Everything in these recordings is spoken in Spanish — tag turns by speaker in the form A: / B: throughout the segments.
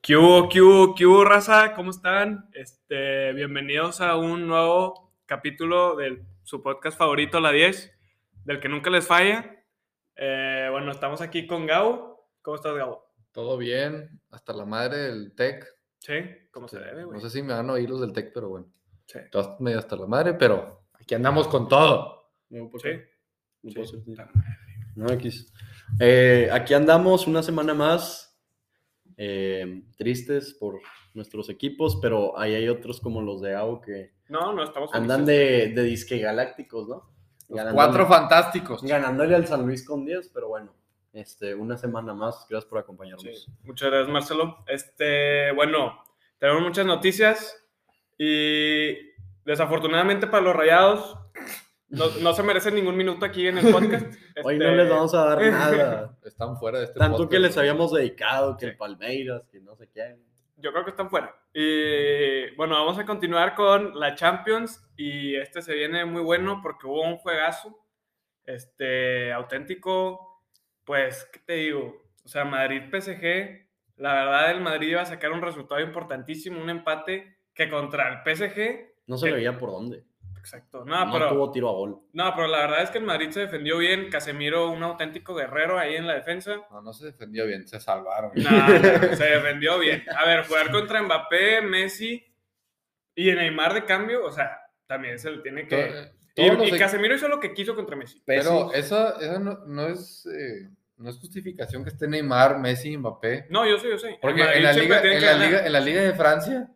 A: ¿Qué hubo, qué hubo, qué hubo, raza? ¿Cómo están? Este, bienvenidos a un nuevo capítulo de su podcast favorito, La 10, del que nunca les falla. Eh, bueno, estamos aquí con Gabo. ¿Cómo estás, Gabo?
B: Todo bien, hasta la madre del tech.
A: Sí, como se debe, güey.
B: No sé si me van a oír los del tech, pero bueno.
A: Sí. Ah.
B: Todos medio hasta la madre, pero aquí andamos con todo.
A: Sí.
C: No
A: Sí.
C: puedo hacer nada. No, X. Eh, aquí andamos una semana más, eh, tristes por nuestros equipos, pero ahí hay otros como los de AO que
A: No, no estamos
C: andan
A: felices.
C: de, de disque galácticos, ¿no? Ganándole-
B: Cuatro fantásticos.
C: Ganándole al San Luis con 10, pero bueno, este, una semana más. Gracias por acompañarnos.
A: Sí. Muchas gracias, Marcelo. Este, bueno, tenemos muchas noticias y desafortunadamente para los rayados no, no se merecen ningún minuto aquí en el podcast.
C: Hoy
A: Este,
C: no les vamos a dar nada.
B: Están fuera de este
C: Tanto que
B: podcast.
C: les habíamos dedicado, que
A: Sí.
C: el Palmeiras, que no sé qué.
A: Yo creo que están fuera. Y bueno, vamos a continuar con la Champions. Y este se viene muy bueno porque hubo un juegazo este, auténtico. Pues, ¿qué te digo? O sea, Madrid-PSG. La verdad, el Madrid iba a sacar un resultado importantísimo, un empate que contra el PSG.
C: No se
A: Sí.
C: le veía por dónde.
A: Exacto. No,
C: no
A: pero,
C: tuvo tiro a gol.
A: no, pero la verdad es que el Madrid se defendió bien. Casemiro, un auténtico guerrero ahí en la defensa.
B: No, no se defendió bien, se salvaron.
A: No, no, se defendió bien. A ver, jugar contra Mbappé, Messi y Neymar de cambio, o sea, también se le tiene
B: To-
A: que. Y,
B: todos los
A: y
B: equ-
A: Casemiro hizo lo que quiso contra Messi.
B: Pero esa, esa no, no es, eh, no es justificación que esté Neymar, Messi y Mbappé.
A: No, yo sé, yo sé. El
B: Porque
A: Madrid
B: en la,
A: siempre
B: liga,
A: tiene
B: en,
A: que
B: la
A: ganar.
B: liga, en la Liga de Francia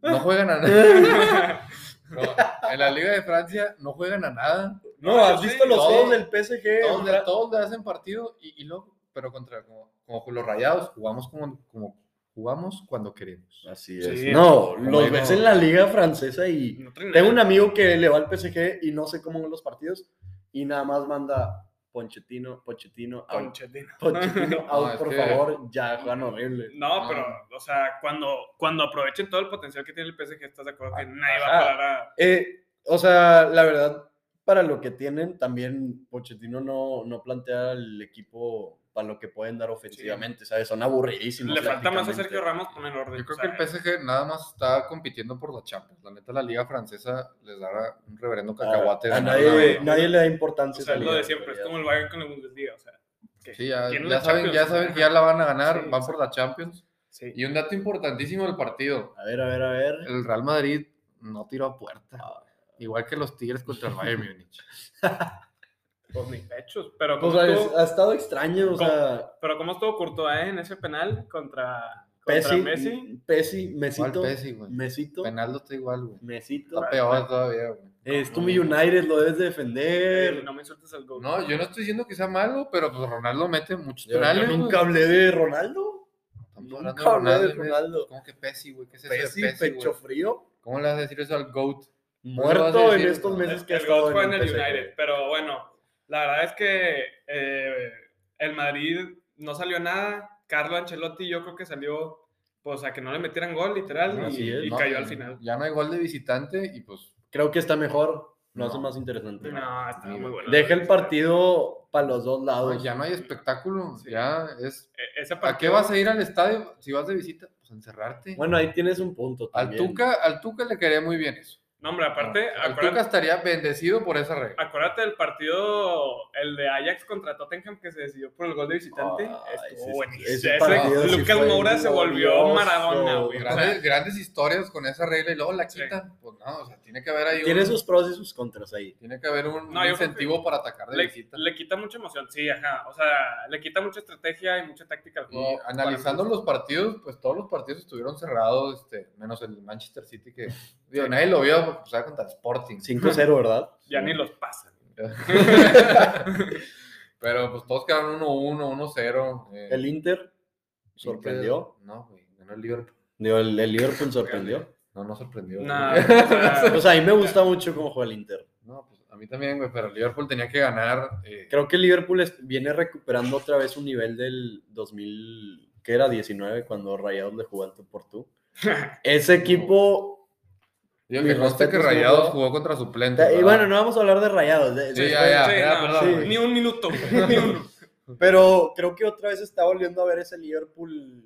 B: no juegan a nada. No, en la Liga de Francia no juegan a nada.
A: No, No, has sí, visto los
B: no. juegos del
C: PSG.
B: Todos, le- todos le hacen partido y, y luego, pero contra como, como con los rayados, jugamos como, como jugamos cuando queremos.
C: Así
A: Sí.
C: es. No,
B: Como
C: los
B: digo-
C: ves en la liga francesa y
A: No trae
C: tengo un
A: nada.
C: amigo que le va al PSG y no sé cómo ven los partidos y nada más manda Ponchetino, Ponchetino, out,
A: Pochettino.
C: Ponchetino, out,
B: es
C: por
B: que-
C: favor, ya juegan horrible.
A: No,
B: No.
A: pero, o sea, cuando, cuando aprovechen todo el potencial que tiene el PSG, ¿estás de
B: Ah,
A: acuerdo que nadie va a
C: Ajá.
A: parar a.
C: Eh, o sea, la verdad, para lo que tienen, también Ponchetino no, no plantea al equipo para lo que pueden dar ofensivamente, ¿sabes? Son aburridísimos.
A: Le falta más a
C: prácticamente.
A: Sergio Ramos poner orden.
B: Yo creo
A: o
B: que
A: sea,
B: el PSG nada más está compitiendo por la Champions. La neta, la Liga Francesa les dará un reverendo cacahuate.
C: Ah, A, a
B: ganar
C: nadie,
B: la-
C: nadie le da
A: o
C: importancia.
A: sea,
C: a esa
A: Pues es lo de
C: liga,
A: siempre,
C: la
A: es
C: verdad.
A: como el Bayern con el Bundesliga, o sea. que
B: Sí, ya,
A: tiene
B: ya
A: la
B: saben, ya
A: Champions.
B: saben que ya la van a ganar,
A: Sí,
B: van por la Champions.
A: Sí.
B: Y un dato importantísimo del partido,
C: A ver, a ver, a ver.
B: el Real Madrid no tiró a puerta.
C: Ah.
B: Igual que los Tigres contra el Bayern Múnich.
A: Pues ni pechos, pero
C: O
A: como
C: sea,
A: estuvo,
C: Pues, es- ah. ha estado extraño, o
A: ¿Cómo?
C: sea,
A: pero ¿cómo estuvo Courtois eh, en ese penal contra, contra
C: Pesi,
A: Messi?
C: Pesi,
B: Igual
C: Mesito,
B: Pesi, güey.
C: Mesito,
B: Penaldo está igual, güey.
C: Mesito.
A: Ah,
C: Eh,
B: Está peor todavía, güey.
C: Es tu mi United, lo debes de defender.
A: No me insultes al gol.
B: No, yo no estoy diciendo que sea malo, pero pues Ronaldo mete muchos
C: Yo,
B: penales.
C: yo
B: güey.
C: nunca hablé de Ronaldo.
B: Estamos
C: Nunca
B: hablando
C: hablé de
B: güey.
C: Ronaldo.
B: ¿Cómo que Pesi, güey? ¿Qué es eso de
C: Pesi,
B: Pesi, güey?
C: pecho frío,
B: ¿Cómo le vas a decir eso al GOAT? ¿Cómo le vas
C: muerto
B: a
C: en
B: decir?
C: estos meses que ha
A: el gol
C: estado
A: fue en el
C: PSG.
A: United, pero bueno, la verdad es que eh, el Madrid no salió nada. Carlo Ancelotti yo creo que salió pues a que no le metieran gol, literal,
B: No,
A: y,
C: así es,
A: y
B: No,
A: cayó al final.
B: Ya no hay gol de visitante y pues
C: Creo que está mejor, lo hace
B: No.
C: más interesante.
A: No, está
B: Ni-
A: muy bueno.
C: Deja el partido para los Ah, dos
B: no,
C: lados.
B: ya no hay espectáculo. Ya es.
A: E- ese
B: ¿A qué
A: partido-
B: vas a ir al estadio si vas de visita? Pues a encerrarte.
C: Bueno, ahí tienes un punto
B: al,
C: también.
B: Tuca, al Tuca le quedaría muy bien eso.
A: No, hombre, aparte,
B: Ah, al
A: acuérdate-
B: Tuca estaría bendecido por esa regla.
A: Acuérdate del partido, el de Ajax contra Tottenham que se decidió por el gol de visitante.
C: Ay,
A: Estuvo
C: ese-
A: buenísimo.
C: ese
A: Ese
C: partido sí
A: Lucas
C: fue
A: Moura se volvió
C: glorioso.
A: Maradona, güey. O
B: Grandes,
A: sea,
B: grandes historias con esa regla y luego la
A: Sí.
B: quitan. Pues no, o sea, tiene que haber ahí
C: Tiene
B: un,
C: sus pros y sus contras ahí.
B: tiene que haber un,
A: No, yo
B: un
A: creo que
B: incentivo para atacar de
A: le,
B: visita.
A: le quita mucha emoción, sí, ajá. O sea, le quita mucha estrategia y mucha táctica al
B: Y
A: juego.
B: analizando los partidos, pues todos los partidos estuvieron cerrados, este, menos el Manchester City que digo, nadie lo vio porque estaba contra el Sporting.
C: 5-0, ¿verdad?
A: Ya ni los pasan.
B: Pero pues todos quedaron 1-1, 1-0. eh,
C: El Inter
B: Inter-
C: sorprendió.
B: No, güey, ganó el Liverpool.
C: Digo, el, el Liverpool sorprendió.
B: No, no sorprendió.
A: Nah,
B: güey.
A: o sea,
C: O sea, a mí me gusta mucho cómo juega el Inter.
B: No, pues a mí también, güey, pero el Liverpool tenía que ganar. eh,
C: Creo que el Liverpool es- viene recuperando otra vez un nivel del 2000, que era 19, cuando Rayados le jugó al tú por tú. Ese equipo...
B: Digo
C: mis
B: que conste que
C: respetos,
B: Rayados
C: güey.
B: jugó contra suplentes.
C: Eh, Y
B: ¿verdad?
C: bueno, no vamos a hablar de Rayados. de-
B: Sí,
C: de-
B: ya, ya,
A: sí,
B: ya,
A: no,
B: perdón,
C: sí.
B: güey.
A: Ni un minuto, güey, ni uno.
C: Pero creo que otra vez está volviendo a ver ese Liverpool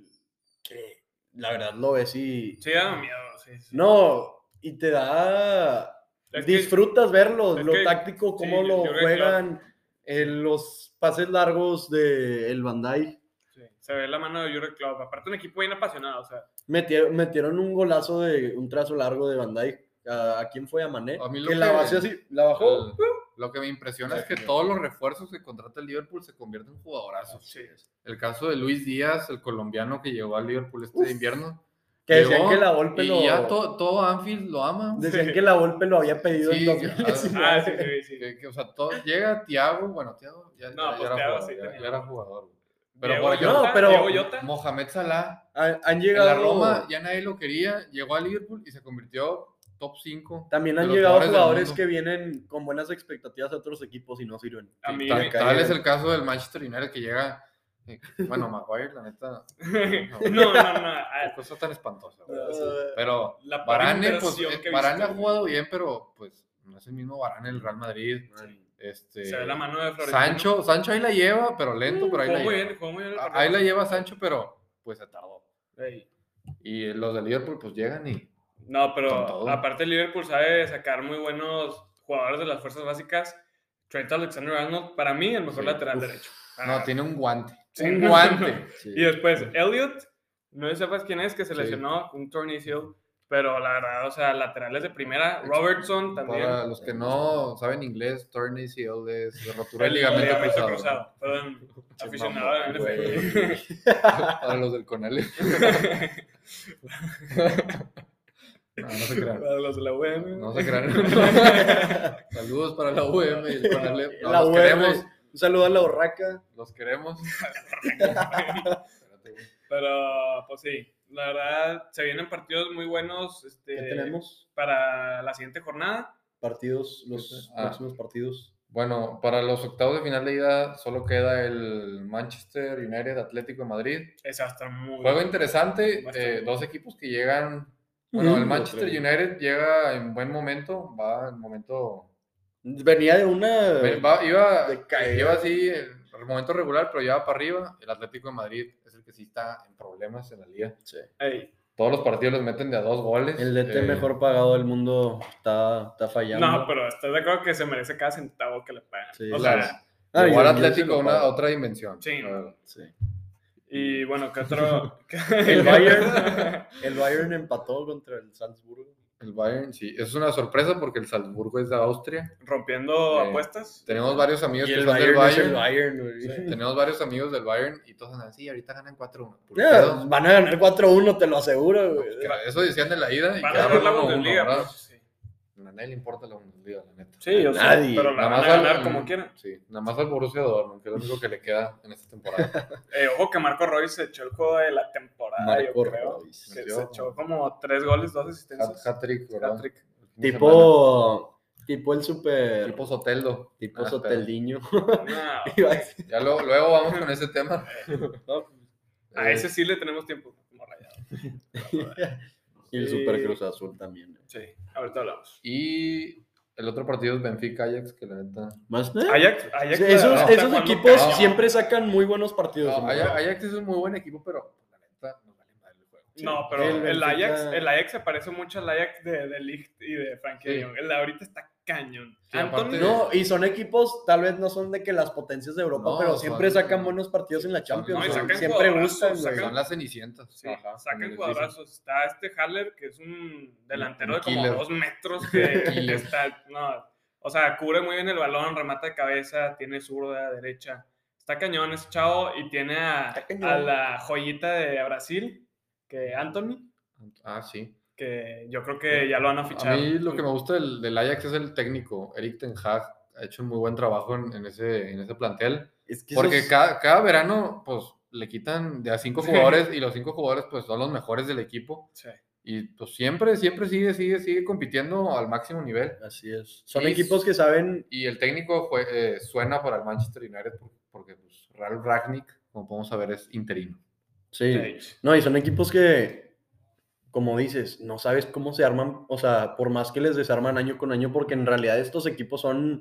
C: que la verdad lo ves y...
A: Sí, da miedo, sí. sí.
C: No, y te da...
A: Es que-
C: Disfrutas verlo,
A: es
C: lo
A: que-
C: táctico, cómo
A: sí,
C: lo
A: yo creo que
C: juegan, eh, los pases largos de el Bandai.
A: Sí, se ve la mano de Jurgen Klopp. Aparte, un equipo bien apasionado, o sea,
C: Metieron, metieron un golazo de un trazo largo de Bandai. ¿A, a quién fue? ¿A Mané?
B: A mí lo
C: que la
B: que- Ah,
C: vació así, la bajó.
B: El- lo que me impresiona es que
C: Sí.
B: todos los refuerzos que contrata el Liverpool se convierten en jugadorazos.
A: sí.
B: El caso de Luis Díaz, el colombiano que llegó al Liverpool este invierno.
C: Que decían
B: llegó
C: que la golpe
B: y
C: lo...
B: ya to- todo Anfield lo ama.
C: Decían que la Volpe lo había pedido
B: Sí,
C: en
A: Ah, sí,
C: 2019.
A: sí, sí.
B: Que- que, o sea, todo- llega Thiago, bueno, Thiago ya,
A: No,
B: ya
A: pues
B: era,
A: Thiago
B: jugador,
A: sí
B: ya-
A: tenía.
B: ya era jugador. Pero
A: Diego
B: por
A: Jota,
B: ejemplo,
C: No, pero-
A: Diego Jota.
B: Mohamed Salah
C: Han, han
B: en la
C: llegado
B: Roma ya nadie lo quería, llegó al Liverpool y se convirtió top 5.
C: También
B: de
C: han
B: los
C: llegado
B: jugadores del
C: jugadores
B: mundo.
C: que vienen con buenas expectativas a otros equipos y no sirven.
A: A mí,
B: Tal,
C: ca-
B: tal es el caso del Manchester United que llega, eh, bueno, Maguire, la neta,
A: no, no, no.
B: qué
A: ah,
B: cosa tan espantosa. güey.
A: Ah, sí.
C: Eh,
B: Pero
A: La peor
B: Varane, pues,
A: inversión
B: eh,
A: que he
B: Varane
A: visto,
B: ha jugado bien, pero pues no es el mismo Varane del Real Madrid.
A: Sí.
B: Este,
A: Se ve la mano de Florentino. Mm,
B: Sancho, Sancho ahí la lleva, pero lento, pero ahí
A: Jugó
B: la
A: muy
B: lleva.
A: bien, jugó muy bien el
B: Ah,
A: partido.
B: Ahí la lleva Sancho, pero pues se tardó.
A: Ey.
B: Y los de Liverpool pues llegan y...
A: No,
B: Con
A: pero
B: todo.
A: aparte el Liverpool sabe sacar muy buenos jugadores de las fuerzas básicas. Trent Alexander-Arnold, para mí, el mejor
B: Sí,
A: lateral
B: uf.
A: derecho.
B: No,
A: Ah,
B: tiene un guante.
A: Sí,
B: un
A: no,
B: guante.
C: Sí.
A: Y después Elliot, no sé sepas quién es, que se
B: Sí.
A: lesionó, un tornillo, pero la verdad, o sea, laterales de primera, Robertson también.
B: Para los que no saben inglés, torn ACL es rotura de
A: El
B: ligamento, cruzado.
A: cruzado. Perdón,
B: Che,
A: aficionado
B: mamón,
A: a la
B: güey.
A: NFL.
B: Para los del Conale. No, no se crean.
A: Para los de la UEM.
B: No se crean. Saludos para la UM y el Conalep. No,
C: La
B: los
C: UR,
B: queremos.
C: Un saludo a la borraca.
B: Los queremos. Espérate, güey.
A: Pero, pues sí, la verdad, se vienen partidos muy buenos este,
C: ¿Qué tenemos?
A: para la siguiente jornada.
C: Partidos, los
B: Ah.
C: próximos partidos.
B: Bueno, para los octavos de final de ida solo queda el Manchester United Atlético de Madrid.
A: Esa está muy
B: Juego interesante,
A: Bastante.
B: eh, dos equipos que llegan. Bueno, el
C: Mm,
B: Manchester
C: otro.
B: United llega en buen momento, va en momento.
C: Venía de una.
B: va- iba,
C: de caída.
B: iba así en el momento regular, pero ya para arriba. El Atlético de Madrid es el que sí está en problemas en la liga.
C: Sí.
A: Ey,
B: Todos los partidos los meten de a dos goles.
C: El DT
B: eh,
C: mejor pagado del mundo está, está fallando.
A: No, pero estás de acuerdo que se merece cada centavo que le pagan.
C: Sí,
A: o sea,
B: claro. Llegó
C: Ah,
B: al
C: yo- yo sí
B: Atlético
C: lo
B: a una,
C: pago.
B: a otra dimensión.
A: Sí,
B: la verdad.
C: Sí.
A: y bueno, ¿qué otro?
C: El Bayern, el Bayern empató contra el Salzburgo.
B: El Bayern, sí. Es una sorpresa porque el Salzburgo es de Austria.
A: Rompiendo
B: Eh,
A: apuestas.
B: Tenemos varios amigos
C: Y
B: que
C: el
B: son del
C: Bayern, es el
B: Bayern.
C: Bayern, güey.
B: Tenemos varios amigos del Bayern y todos andan, sí, ahorita ganan 4-1. Puro
C: Ya,
B: pedo.
C: van a ganar 4-1, te lo aseguro, güey.
B: Que Eso decían de la ida y
A: Van a ganar
B: quedaron
A: la
B: 1-1,
A: Bundesliga.
B: ¿verdad?
A: pues, sí.
B: A nadie le importa la Bundesliga, la neta.
A: Sí, o sea,
C: Nadie.
A: pero la
B: Nada
A: van a
B: más al-
A: ganar como quieran.
B: Sí, nada más al Borussia Dortmund, que es lo único que le queda en esta temporada.
A: Eh, ojo que Marco Roy se echó el juego de la temporada,
C: Marco
A: yo creo.
C: Reus.
A: Que
B: Metió.
A: se echó como tres goles, dos asistencias.
B: Hat- Hat-trick, ¿verdad?
A: Hat-trick.
C: Tipo, tipo el super.
B: Tipo Soteldo.
C: tipo
B: Ah,
C: Soteldiño.
A: No,
C: Iba a decir,
B: Ya lo- luego vamos con ese tema.
C: ¿no?
A: a
B: Eh,
A: Ah, ese sí le tenemos tiempo. Como rayado.
C: y el super Cruz Azul también.
A: Sí, ahorita hablamos.
B: Y el otro partido es Benfica-Ajax, que la neta...
C: ¿Más eh,
A: Ajax, Ajax la
C: esos
A: verdad, está
C: esos
A: jugando
C: equipos
A: cañón.
C: siempre sacan muy buenos partidos.
B: No,
C: ¿no?
B: Ajax, Ajax es un muy buen equipo, pero pues, la neta no vale madre el juego.
A: No, pero
C: Sí, el
A: el,
C: Benfica-
A: Ajax, el Ajax se parece mucho al Ajax de, de Ligt y de Frankie de
B: Sí.
A: Jong. El de ahorita está cañón.
B: Sí,
A: Anthony,
B: aparte-
C: No, y son equipos, tal vez no son de que las potencias de Europa,
B: No,
C: pero siempre
B: son-
C: sacan buenos partidos en la Champions.
A: No, y
C: güey.
A: sacan
C: siempre
A: jugadorazos,
C: gustan, güey.
A: sacan-
B: Son las cenicientas.
A: sí,
B: Ajá, como
A: sacan
B: les
A: cuadrazos. Está este Haller, que es un delantero
B: Un
A: de como
B: killer.
A: dos metros que,
B: Killer.
A: que está. No, o sea, cubre muy bien el balón, remata de cabeza, tiene zurda, derecha. Está cañón ese chavo y tiene a,
C: Está cañón.
A: a la joyita de Brasil, que Anthony,
B: dicen. Ah, sí.
A: que yo creo que ya lo van a fichar.
B: A mí lo que me gusta del, del Ajax es el técnico. Eric Ten Hag ha hecho un muy buen trabajo en, en ese, en ese plantel.
C: Es que
B: Porque
C: esos-
B: cada, cada verano, pues, le quitan de a cinco jugadores y los cinco jugadores, pues, son los mejores del equipo.
A: Sí.
B: Y, pues, siempre, siempre sigue, sigue, sigue compitiendo al máximo nivel.
C: Así es. Son
B: Sí,
C: equipos que saben.
B: Y el técnico jue- eh, suena para el Manchester United por- porque, pues, Ralf Ragnick, como podemos saber, es interino.
C: Sí. No, y son equipos que, como dices, no sabes cómo se arman. O sea, por más que les desarman año con año, porque en realidad estos equipos son.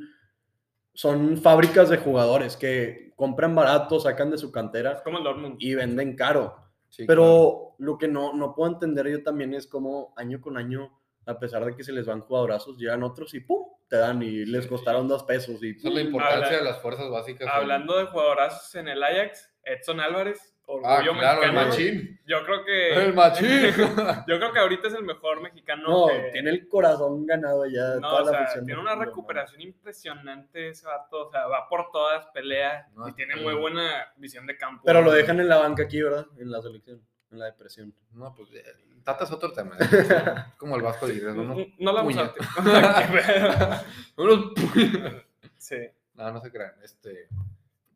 C: Son fábricas de jugadores que compran barato, sacan de su cantera
A: Es como el Dortmund.
C: y venden caro.
B: Sí, claro.
C: Pero lo que no, no puedo entender yo también es cómo año con año, a pesar de que se les van jugadorazos, llegan otros y ¡pum! te dan y les costaron dos pesos y
B: Esa es la
C: ¡pum!
B: importancia
A: Habla-
B: de las fuerzas básicas. en-
A: Hablando de jugadorazos en el Ajax, Edson Álvarez,
B: Ah,
A: orgullo
B: claro, el
A: mexicano. Eh,
B: machín.
A: Yo creo que.
B: El machín.
A: Yo creo que ahorita es el mejor mexicano.
C: No,
A: que-
C: tiene el corazón ganado ya.
A: no,
C: toda
A: o
C: la
A: sea,
C: afición
A: tiene
C: de-
A: una
C: de-
A: recuperación impresionante ese vato. O sea, va por todas, pelea
B: No,
A: y tiene
B: sí.
A: muy buena visión de campo.
C: Pero lo dejan en la banca aquí, ¿verdad? En la selección, en la depresión.
B: No, pues eh, Tata es otro tema. Como el Vasco de Igres,
A: No,
B: ¿no?
A: no la vamos
B: Puña.
A: a- Qué pedo.
B: Unos pu-
A: Sí.
B: no, no se crean. Este,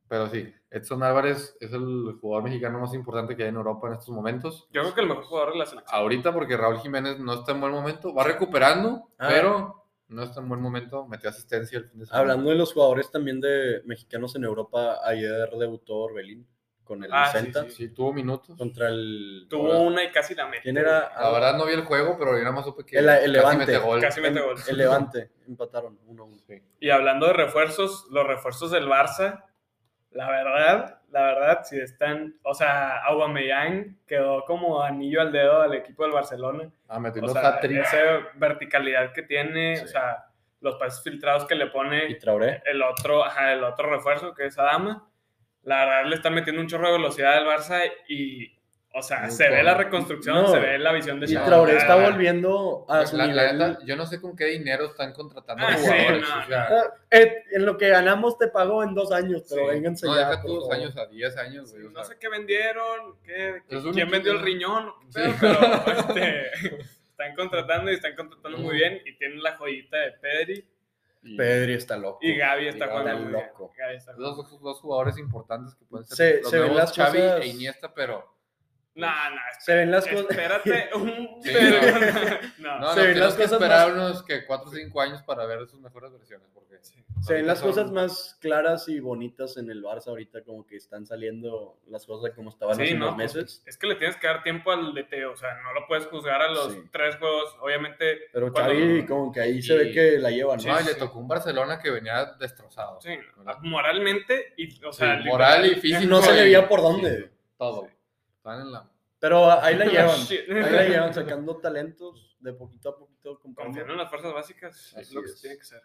B: pero sí, Edson Álvarez es el jugador mexicano más importante que hay en Europa en estos momentos.
A: Yo creo que el mejor jugador de la selección.
B: Ahorita porque Raúl Jiménez no está en buen momento, va recuperando,
C: Ah.
B: pero no está en buen momento, metió asistencia el fin de semana.
C: Hablando de los jugadores también de mexicanos en Europa, ayer debutó Orbelín con el
A: Ah, sí,
C: Celta
A: de-
B: Sí, tuvo minutos.
C: contra el...
A: Tuvo
B: Ahora-
A: una y casi la mete.
C: ¿Quién era?
B: La verdad no vi el juego, pero yo nada más supe que
C: El- el
B: casi
C: Levante.
B: mete gol.
A: Casi mete
C: El-
A: gol.
C: El Levante, empataron 1-1.
B: Sí.
A: Y hablando de refuerzos, los refuerzos del Barça, la verdad, la verdad, si están, o sea, Aubameyang quedó como anillo al dedo al equipo del Barcelona.
B: Ah, metió
A: O
B: unos
A: sea, eh,
B: hat-tricks.
A: esa verticalidad que tiene,
C: Sí.
A: o sea, los pases filtrados que le
C: Y
A: pone
C: Traoré,
A: el otro, ajá, el otro refuerzo que es Adama, la verdad le está metiendo un chorro de velocidad al Barça y, o sea,
B: Muy
A: se ve
B: bueno.
A: la reconstrucción,
C: No.
A: se ve la visión de
C: y
A: Xavi.
C: Traoré está
A: Ah,
C: volviendo a su
B: La- la
C: nivel.
B: neta, yo no sé con qué dinero están contratando
A: Ah, sí,
B: jugadores.
A: no,
B: o sea,
C: Ah, eh, en lo que ganamos te pagó en dos años, pero
B: Sí.
C: vénganse
B: no,
C: ya.
B: deja
C: por
B: tú dos
C: favor.
B: años a 10 años, güey. o
A: No
B: sea,
A: sé qué vendieron, qué,
B: Es un
A: quién vendió el
B: equipo-
A: riñón,
B: Sí.
A: pero, pero, este, están contratando y están contratando muy bien y tienen la joyita de Pedri
B: y-
C: Pedri está loco.
A: y Gaby está
B: Y
A: jugando
B: Gaby
A: muy bien.
C: loco.
A: Gaby está jugando-
B: Dos, dos- dos jugadores importantes que pueden ser
C: Se-
B: los
C: se ven
B: nuevos
C: las
B: Xavi
C: cosas-
B: e Iniesta, pero
A: No, no,
C: Se ven las cosas.
A: espérate un
B: Sí,
A: vergo. No,
B: no, no
C: Se ven
B: tienes
C: las
B: que
C: cosas
B: esperar unos que 4 o 5 años para ver sus mejores versiones. Porque
A: sí.
C: Se
B: ahorita
C: ven las
B: son-
C: cosas más claras y bonitas en el Barça ahorita, como que están saliendo las cosas de como estaban
A: Sí,
C: hace
A: ¿no?
C: unos meses.
A: Es que le tienes que dar tiempo al DT, o sea, no lo puedes juzgar a los
C: Sí.
A: tres juegos. Obviamente,
C: Pero
A: Cuando-
C: Xavi, como que ahí se
B: Y-
C: ve que la lleva, ¿no?
B: No, y le
A: sí.
B: tocó un Barcelona que venía destrozado.
A: sí,
B: ¿verdad?
A: moralmente y, o
B: Sí,
A: sea,
B: moral y
A: literal-
B: físico.
C: No se le
B: y-
C: veía por dónde.
B: sí, todo.
A: Sí.
B: Están en la.
C: Pero ahí la llevan.
A: Shit.
C: Ahí la llevan sacando talentos de poquito a poquito. con calma.
A: Confiando en las fuerzas básicas es
C: Así
A: lo que se
C: es.
A: tiene que hacer.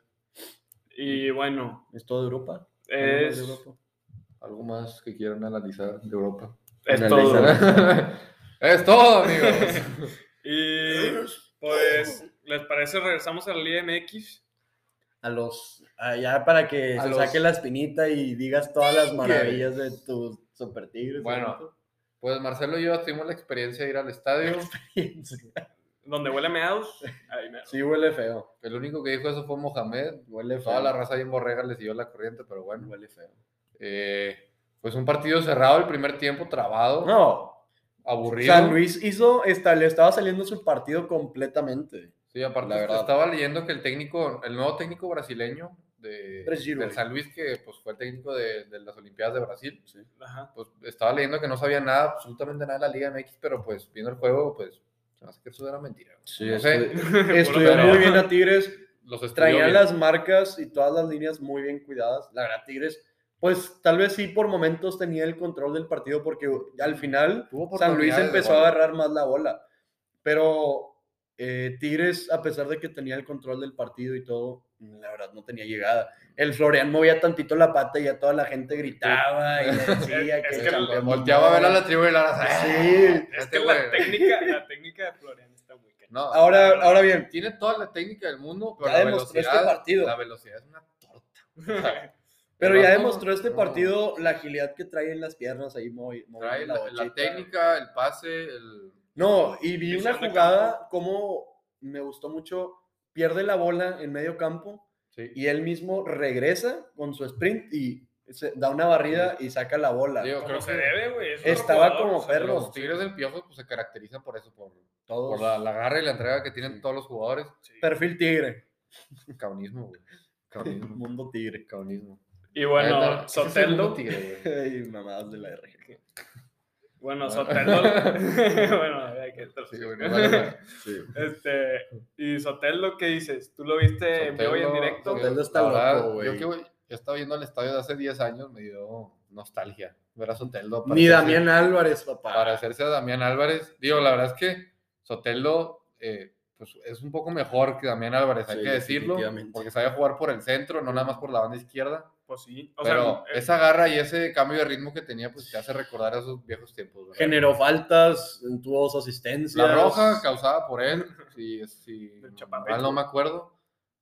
A: Y bueno,
C: Es todo de Europa.
A: es,
C: de Europa.
B: Algo más que quieran analizar de Europa.
A: es
C: Analiza,
A: todo.
C: ¿verdad?
B: es todo, amigos.
A: Y pues, ¿les parece? Regresamos a la Liga MX.
C: A los. Allá para que
B: A
C: se
B: los-
C: saque la espinita y digas todas las maravillas de tus super tigres.
B: Bueno. Pues Marcelo y yo tuvimos la experiencia de ir al estadio.
C: ¿no?
A: Donde huele a meados. ahí me-
C: Sí, huele feo.
B: El único que dijo eso fue Mohamed.
C: Huele feo.
B: Toda la raza ahí en Borrega le siguió la corriente, pero bueno.
C: Huele feo.
B: Eh, pues un partido cerrado el primer tiempo, trabado,
C: No,
B: aburrido.
C: Ah, San Luis hizo, esta, le estaba saliendo su partido completamente.
B: Sí, aparte
C: La verdad.
B: estaba leyendo que el técnico, el nuevo técnico brasileño de,
C: Tres Giro.
B: del San Luis, que pues fue el técnico de, de las Olimpiadas de Brasil,
A: Ajá.
B: pues estaba leyendo que no sabía nada, absolutamente nada de la Liga MX, pero pues viendo el juego, pues se me hace que eso era mentira.
C: Sí,
B: No sé,
C: Estudió
B: Pero-
C: muy bien a Tigres,
B: los estudió
C: traían
B: bien.
C: las marcas y todas las líneas muy bien cuidadas. La verdad, Tigres, pues tal vez sí por momentos tenía el control del partido porque al final
B: Tuvo
C: San Luis
B: oportunidades de
C: empezó
B: gol.
C: a agarrar más la bola. Pero eh, Tigres, a pesar de que tenía el control del partido y todo, la verdad no tenía llegada. El Florian movía tantito la pata y ya toda la gente gritaba y le decía
A: Es
C: que...
A: que
C: el campeón
B: Volteaba a ver a
C: no.
B: la tribu y la raza.
C: Sí.
A: Es
B: Este
A: que
B: güey.
A: la técnica, la técnica de Florian está muy cañón.
B: No,
C: Ahora, ahora bien,
B: tiene toda la técnica del mundo, pero
C: Ya
B: la
C: demostró este
B: velocidad,
C: partido.
B: la velocidad es una torta.
C: pero
B: El
C: ya
B: vato,
C: demostró este
B: no,
C: partido la agilidad que trae en las piernas ahí movi- moviendo
B: Trae la, la
C: bochita.
B: técnica, el pase, el...
C: No, y vi
A: Visión
C: una
A: de
C: jugada como me gustó mucho, pierde la bola en medio campo
B: Sí.
C: y él mismo regresa con su sprint y se da una barrida y saca la bola.
B: Digo,
A: Como
B: creo
A: se
B: que-
A: debe, güey. es otro
C: Estaba
A: jugador,
C: como
A: o sea,
C: perro.
B: Los Tigres del Piojo pues, se caracterizan por eso, por,
C: Todos-
B: por la, la garra y la entrega que tienen
C: Sí.
B: todos los jugadores.
A: sí.
C: Perfil tigre,
B: Caunismo, güey. Caunismo.
C: mundo tigre.
B: Caunismo.
A: Y
B: La neta,
A: bueno,
B: ese es el mundo
A: Soteldo.
B: tigre, güey.
C: Y mamadas de la R.
A: Bueno,
B: Bueno.
A: Soteldo. bueno, hay que
B: Sí, bueno, vale, vale.
A: Este, y Soteldo, ¿qué dices? ¿Tú lo viste en vivo y en
B: Soteldo-
A: directo?
B: Soteldo,
C: Soteldo está
B: la verdad,
C: loco, güey.
B: Yo que, güey, ya estaba yendo al estadio de hace 10 años, me dio nostalgia ver a Soteldo.
C: Ni
B: parecerse-
C: Damián Álvarez, papá.
B: Para hacerse a Damián Álvarez. Digo, la verdad es que Soteldo eh, pues, es un poco mejor que Damián Álvarez, hay
C: Sí,
B: que decirlo,
C: definitivamente.
B: porque sabe jugar por el centro, no nada más por la banda izquierda.
A: Pues sí. O
B: pero
A: sea, eh,
B: esa garra y ese cambio de ritmo que tenía, pues te hace recordar a esos viejos tiempos. ¿verdad?
C: Generó faltas, tuvo dos asistencias.
B: La roja causada por él, si, si
A: El chaparrito.
B: mal no me acuerdo.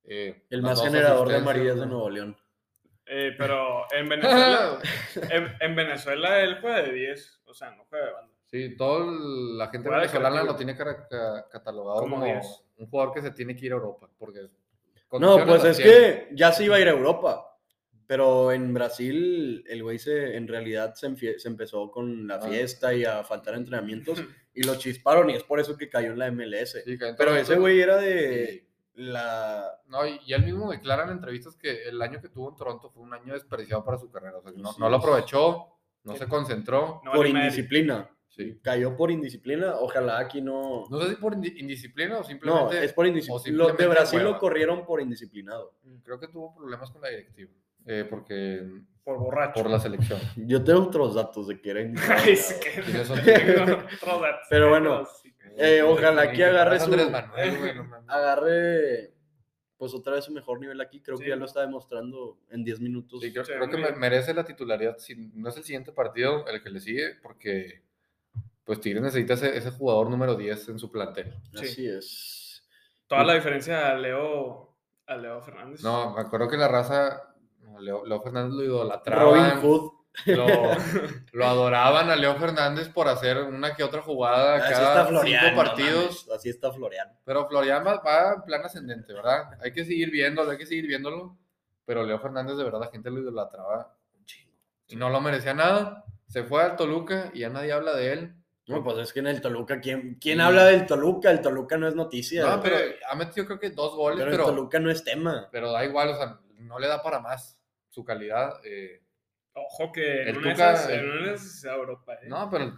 B: eh,
C: El
B: las
C: más
B: dos
C: generador de
B: asistencias,
C: amarillas de
B: ¿no?
C: Nuevo León.
A: eh, pero en Venezuela, en, en Venezuela él juega de 10. O sea, no juega de banda.
B: Sí, toda la gente
A: Fuera de
B: venezolana
A: categoría.
B: lo tiene cara- ca- catalogado
A: Como
B: como,
A: 10.
B: un jugador que se tiene que ir a Europa. Porque
C: No,
B: condiciones
C: pues
B: las
C: es
B: tiene.
C: que ya se iba a ir a Europa. Pero en Brasil, el güey se, en realidad se, enfie- se empezó con la
B: Ah.
C: fiesta y a faltar entrenamientos y lo chisparon y es por eso que cayó en la MLS.
B: Sí, que entonces-
C: Pero ese güey eh, era de
B: Sí.
C: la...
B: No, y, y él mismo declara en entrevistas que el año que tuvo en Toronto fue un año desperdiciado para su carrera. O sea, que no,
C: Así
B: no lo
C: es.
B: aprovechó, no
A: Sí.
B: se concentró.
A: No
C: por
A: vale madre.
C: indisciplina.
B: Sí.
C: Cayó por indisciplina. Ojalá aquí no...
B: No sé si por indi- indisciplina o
C: No,
B: simplemente.
C: es por
B: o
C: indisciplina. Los
B: simplemente
C: de Brasil
B: hueva.
C: lo corrieron por indisciplinado.
B: Creo que tuvo problemas con la directiva. eh, porque.
A: Por borracho.
B: Por la selección.
C: Yo tengo otros datos de que era
A: Ay, sí
C: indisciplinado.
A: que-
B: Y eso-
A: tengo otro dato.
C: Pero bueno,
A: Sí.
C: Eh, ojalá
B: Ni
C: que
B: Eh, que
C: agarre
B: fueras
C: su- Ah,
B: Andrés Manuel, güey, no mames.
C: agarre pues otra vez su mejor nivel aquí. Creo
A: Sí.
C: que ya lo está demostrando en 10 minutos.
B: Sí, creo,
A: Sí,
B: creo que
A: muy
B: me-
A: bien.
B: merece la titularidad. Si no es el siguiente partido el que le sigue, porque pues Tigres necesita ese, ese jugador número 10 en su plantel.
A: sí.
C: Así es.
A: Toda la diferencia a Leo, a Leo Fernández.
B: No, me acuerdo que la raza, no, Leo, Leo Fernández lo
C: Robin
B: idolatraban,
C: Hood.
B: lo, lo adoraban a Leo Fernández por hacer una que otra jugada
C: Así Ah, está
B: cada
C: Florian.
B: cinco
C: no
B: partidos.
C: mames, Así está Florian.
B: pero Florian va, va en plan ascendente, ¿verdad? Hay que seguir viéndolo, hay que seguir viéndolo. Pero Leo Fernández, de verdad, la gente lo idolatraba un chingo. Y no lo merecía nada. Se fue al Toluca y ya nadie habla de él.
C: No, pues es que en el Toluca, ¿quién, quién
B: Sí.
C: habla del Toluca? El Toluca no es noticia.
B: No,
C: güey.
B: pero ha metido creo que dos goles,
C: Pero el
B: pero, pero,
C: Toluca no es tema.
B: da igual, o sea, no le da para más su calidad. eh.
A: Ojo que
B: El
A: en una de
B: Tuca,
A: esas-
B: el-
A: en una de esas se va a Europa. ¿eh?
B: No, pero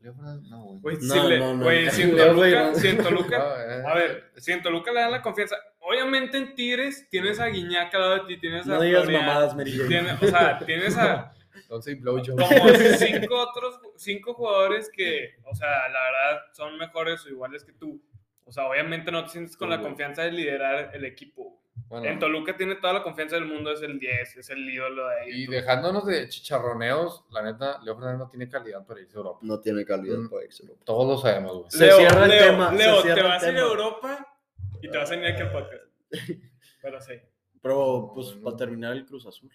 B: Leo Fernández, no, güey.
A: Güey,
C: No,
A: si le-
C: no, no.
A: güey, si en
C: Leo, güey,
A: Toluca,
C: no.
A: si en Toluca-
B: No, eh,
A: a ver, si en Toluca le dan la confianza, obviamente en Tigres tienes a Guiñac al lado de ti, tienes a
C: No digas
A: Florian,
C: mamadas, Mary Jane.
A: tiene- o sea, tienes a
B: Entonces, blowjob.
A: como cinco otros, cinco jugadores que, o sea, la verdad son mejores o iguales que tú. O sea, obviamente no te sientes con la
B: Ujú.
A: confianza de liderar el equipo.
B: Bueno,
A: En Toluca tiene toda la confianza del mundo, es el 10, es el ídolo de ahí.
B: y dejándonos de chicharroneos, la neta, Leo Fernández no tiene calidad para irse a Europa.
C: No tiene calidad
B: Mm.
C: para irse a Europa.
B: Todos lo sabemos, güey.
C: Se cierra el tema, se
A: Leo,
C: cierra
A: te
C: el
A: vas a ir a
C: tema.
A: Europa y te vas a venir aquí al podcast. Pero sí.
C: Pero pues
B: Bueno.
C: para terminar el Cruz Azul.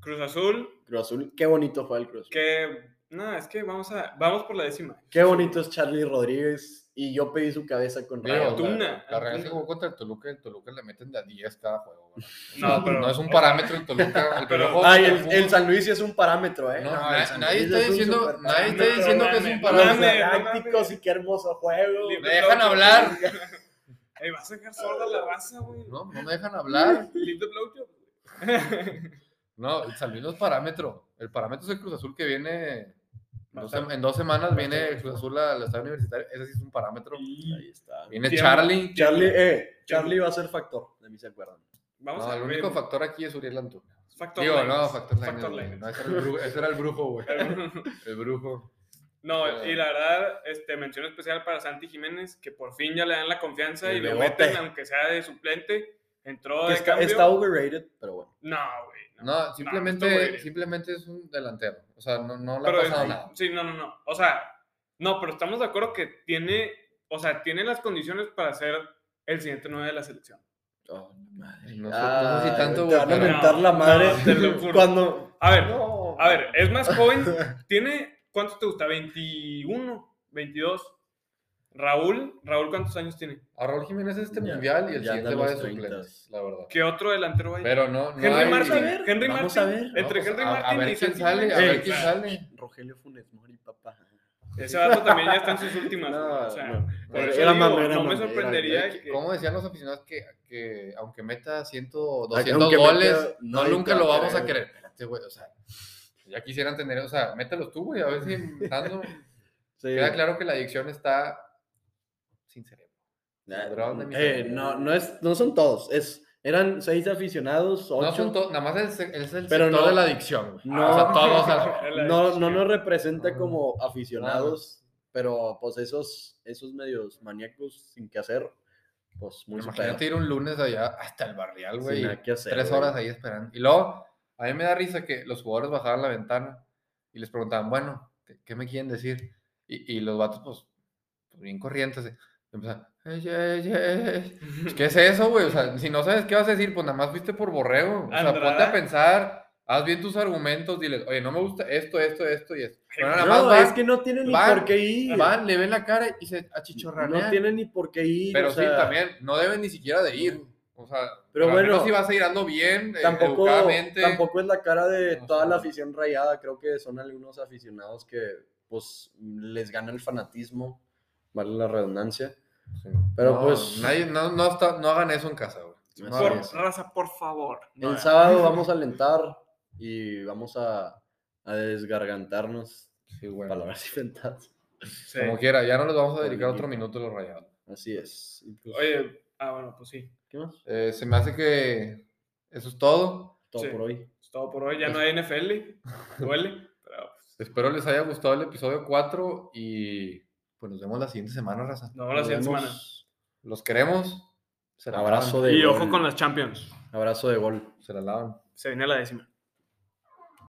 A: Cruz Azul,
C: Cruz Azul, qué bonito fue el Cruz Azul.
A: que. No, es que vamos a. Vamos por la décima.
C: Qué bonito es Charlie Rodríguez. Y yo pedí su cabeza con
B: Digo,
C: Rayo.
B: la-
A: Antuna,
B: la, Real
A: Antuna.
B: se jugó contra el Toluca y el Toluca le meten de a 10 cada juego. güey.
A: No, pero.
B: No es un parámetro el Toluca. El
A: Pero-
B: primer juego
C: Ay,
B: contra
C: el, el San Luis sí es un parámetro, ¿eh?
B: No,
C: el
B: na-
C: San
B: nadie
C: Luis
B: está
C: es un
B: diciendo-
C: superparámetro.
B: nadie está diciendo que es un
A: No,
C: Para los
B: parámetro.
A: mames, no
C: galácticos
A: mames.
C: y qué hermoso juego.
A: Libre
B: ¡Me dejan
A: blowjob.
B: hablar!
A: Ey, vas a dejar sorda a la raza, güey.
B: No, no me dejan hablar.
A: Leave the blowjob.
B: No, el San Luis no es parámetro. El parámetro es el Cruz Azul que viene. dos sem- en dos semanas viene el Cruz Azul al estado universitario. Ese sí es un parámetro.
C: Ahí está.
B: Viene
A: Tiempo.
B: Charlie.
C: Charlie, eh, Charlie va a ser factor, de mí se acuerdan.
A: Vamos
B: No,
A: a
B: el
A: ver.
B: único factor aquí es Uriel Antuna.
A: Factor
B: Digo, no,
A: Linus,
B: factor Lainez,
A: Factor
B: güey.
A: Linus.
B: No, ese, era el brujo, ese era el brujo, güey. El brujo.
A: No,
B: Sí.
A: y la verdad, este, mención especial para Santi Jiménez, que por fin ya le dan la confianza
C: El
A: y lo
C: bebote.
A: meten, aunque sea de suplente. Entró
C: Que
A: de
C: está,
A: cambio.
C: está overrated, pero bueno.
A: No, güey.
B: No,
A: está muy
B: simplemente,
A: Ah, bien.
B: simplemente es un delantero. O sea, no, no le ha
A: Pero
B: pasado
A: es-
B: nada.
A: sí, no, no, no. O sea, no, pero estamos de acuerdo que tiene, o sea, tiene las condiciones para ser el siguiente 9 de la selección.
C: Oh,
B: No sé, no sé si tanto,
C: te
B: güey.
C: van a
B: pero-
A: no,
C: mentar la madre
A: no, te lo juro.
C: cuando...
A: A ver,
C: No.
A: a ver, es más joven. Tiene, ¿cuánto te gusta? 21, 22. Raúl, Raúl, ¿cuántos años tiene?
B: A Raúl Jiménez este
C: Ya,
B: mundial y el
C: ya
B: siguiente
C: andan
B: va de
C: los 30.
B: suplente, la verdad.
A: ¿Qué otro delantero hay?
B: Pero no, no
A: Henry
B: hay-
A: Martin,
C: a ver,
A: Henry
C: vamos
A: Martin,
C: a ver.
B: No,
A: entre
B: pues,
A: Henry
B: a-
A: Martin
B: A
A: y
B: ver quién
A: Santi
B: sale, a
A: Jiménez.
B: ver
A: Sí,
B: quién
A: claro.
B: sale.
C: Rogelio Funes Mori, papá.
A: Ese vato también ya está en sus últimas. güey, o sea,
C: No, no,
A: por
C: era
A: eso digo,
C: mame, era
A: no
C: mame,
A: me
C: era-
A: sorprendería que-
B: Como decían los aficionados que, que aunque meta 100, 200
C: Aunque
B: goles,
C: meta,
B: no,
C: nadie
B: nunca
C: te va
B: lo
C: a
B: vamos a
C: creer.
B: querer. Espérate, güey, o sea, ya quisieran tener, o sea, mételos tú, güey, a ver si dando-
C: Sí.
B: Queda claro que la adicción está sin cerebro.
C: Nah,
B: Ladrón de mis
C: eh,
B: amigos.
C: no, no, es, no son todos, es Eran seis aficionados, ocho.
B: No son todos, nada más es, es el
C: Pero
B: sector
C: no-
B: de la adicción, güey.
C: no.
B: Ah, o sea, todos. al-
C: no, no nos representa
B: Ah.
C: como aficionados, pero pues esos, esos medios maníacos sin qué hacer, pues muy su
B: Imagínate
C: pedo,
B: ir un lunes allá hasta el barrial,
C: sin
B: güey. y
C: nada que hacer,
B: Tres
C: güey.
B: horas ahí esperando. Y luego, a mí me da risa que los jugadores bajaban la ventana y les preguntaban, bueno, ¿qué, qué me quieren decir? Y, y los vatos, pues, pues, bien corrientes. eh, Empezaban, "Ey, ey, ey". Pues, ¿qué es eso, güey? O sea, si no sabes qué vas a decir, pues nada más fuiste por borrego. O sea, ponte a
A: Andrada.
B: pensar, haz bien tus argumentos, diles, oye, no me gusta esto, esto, esto y esto. Pero nada más
C: No,
B: van,
C: es que no tiene ni
B: van,
C: por qué ir.
B: van, le ven la cara y se achicharranean.
C: no tiene ni por qué ir.
B: Pero
C: o sea,
B: sí, también, no deben ni siquiera de ir. O sea,
C: Pero
B: al menos
C: bueno,
B: si vas a ir ando bien, eh,
C: Tampoco,
B: educadamente.
C: tampoco es la cara de
B: No
C: toda la
B: sé.
C: afición rayada. Creo que son algunos aficionados que pues les gana el fanatismo, vale la redundancia.
B: Sí.
C: Pero
B: No,
C: pues
B: Nadie, no, no, está- no hagan eso en casa, güey. No
C: Así
B: hagan
A: Por,
C: es.
B: eso.
A: raza, por favor. no eh.
C: el
A: hagan.
C: sábado vamos a alentar y vamos a, a desgargantarnos.
B: Sí, güey.
C: Palabras inventadas.
A: Sí.
B: Como quiera, ya no les vamos a
C: Con el
B: dedicar otro
C: equipo.
B: minuto a los rayados.
C: Así es. Y, pues,
A: Oye, ah, bueno, pues sí.
C: ¿qué más?
B: Eh, se me hace que eso es todo.
C: Todo
A: Sí.
C: por hoy.
A: Es todo por hoy. Ya no hay NFL. Duele. Pero
B: Espero les haya gustado el episodio 4 y pues nos vemos la siguiente semana, raza.
A: nos vemos la
C: Nos
A: siguiente semana.
C: vemos.
B: Los queremos. Se la
C: Abrazo
B: lavan.
C: de
A: Y
C: gol.
A: ojo con las Champions.
C: Abrazo de gol.
B: Se la lavan.
A: Se viene la décima.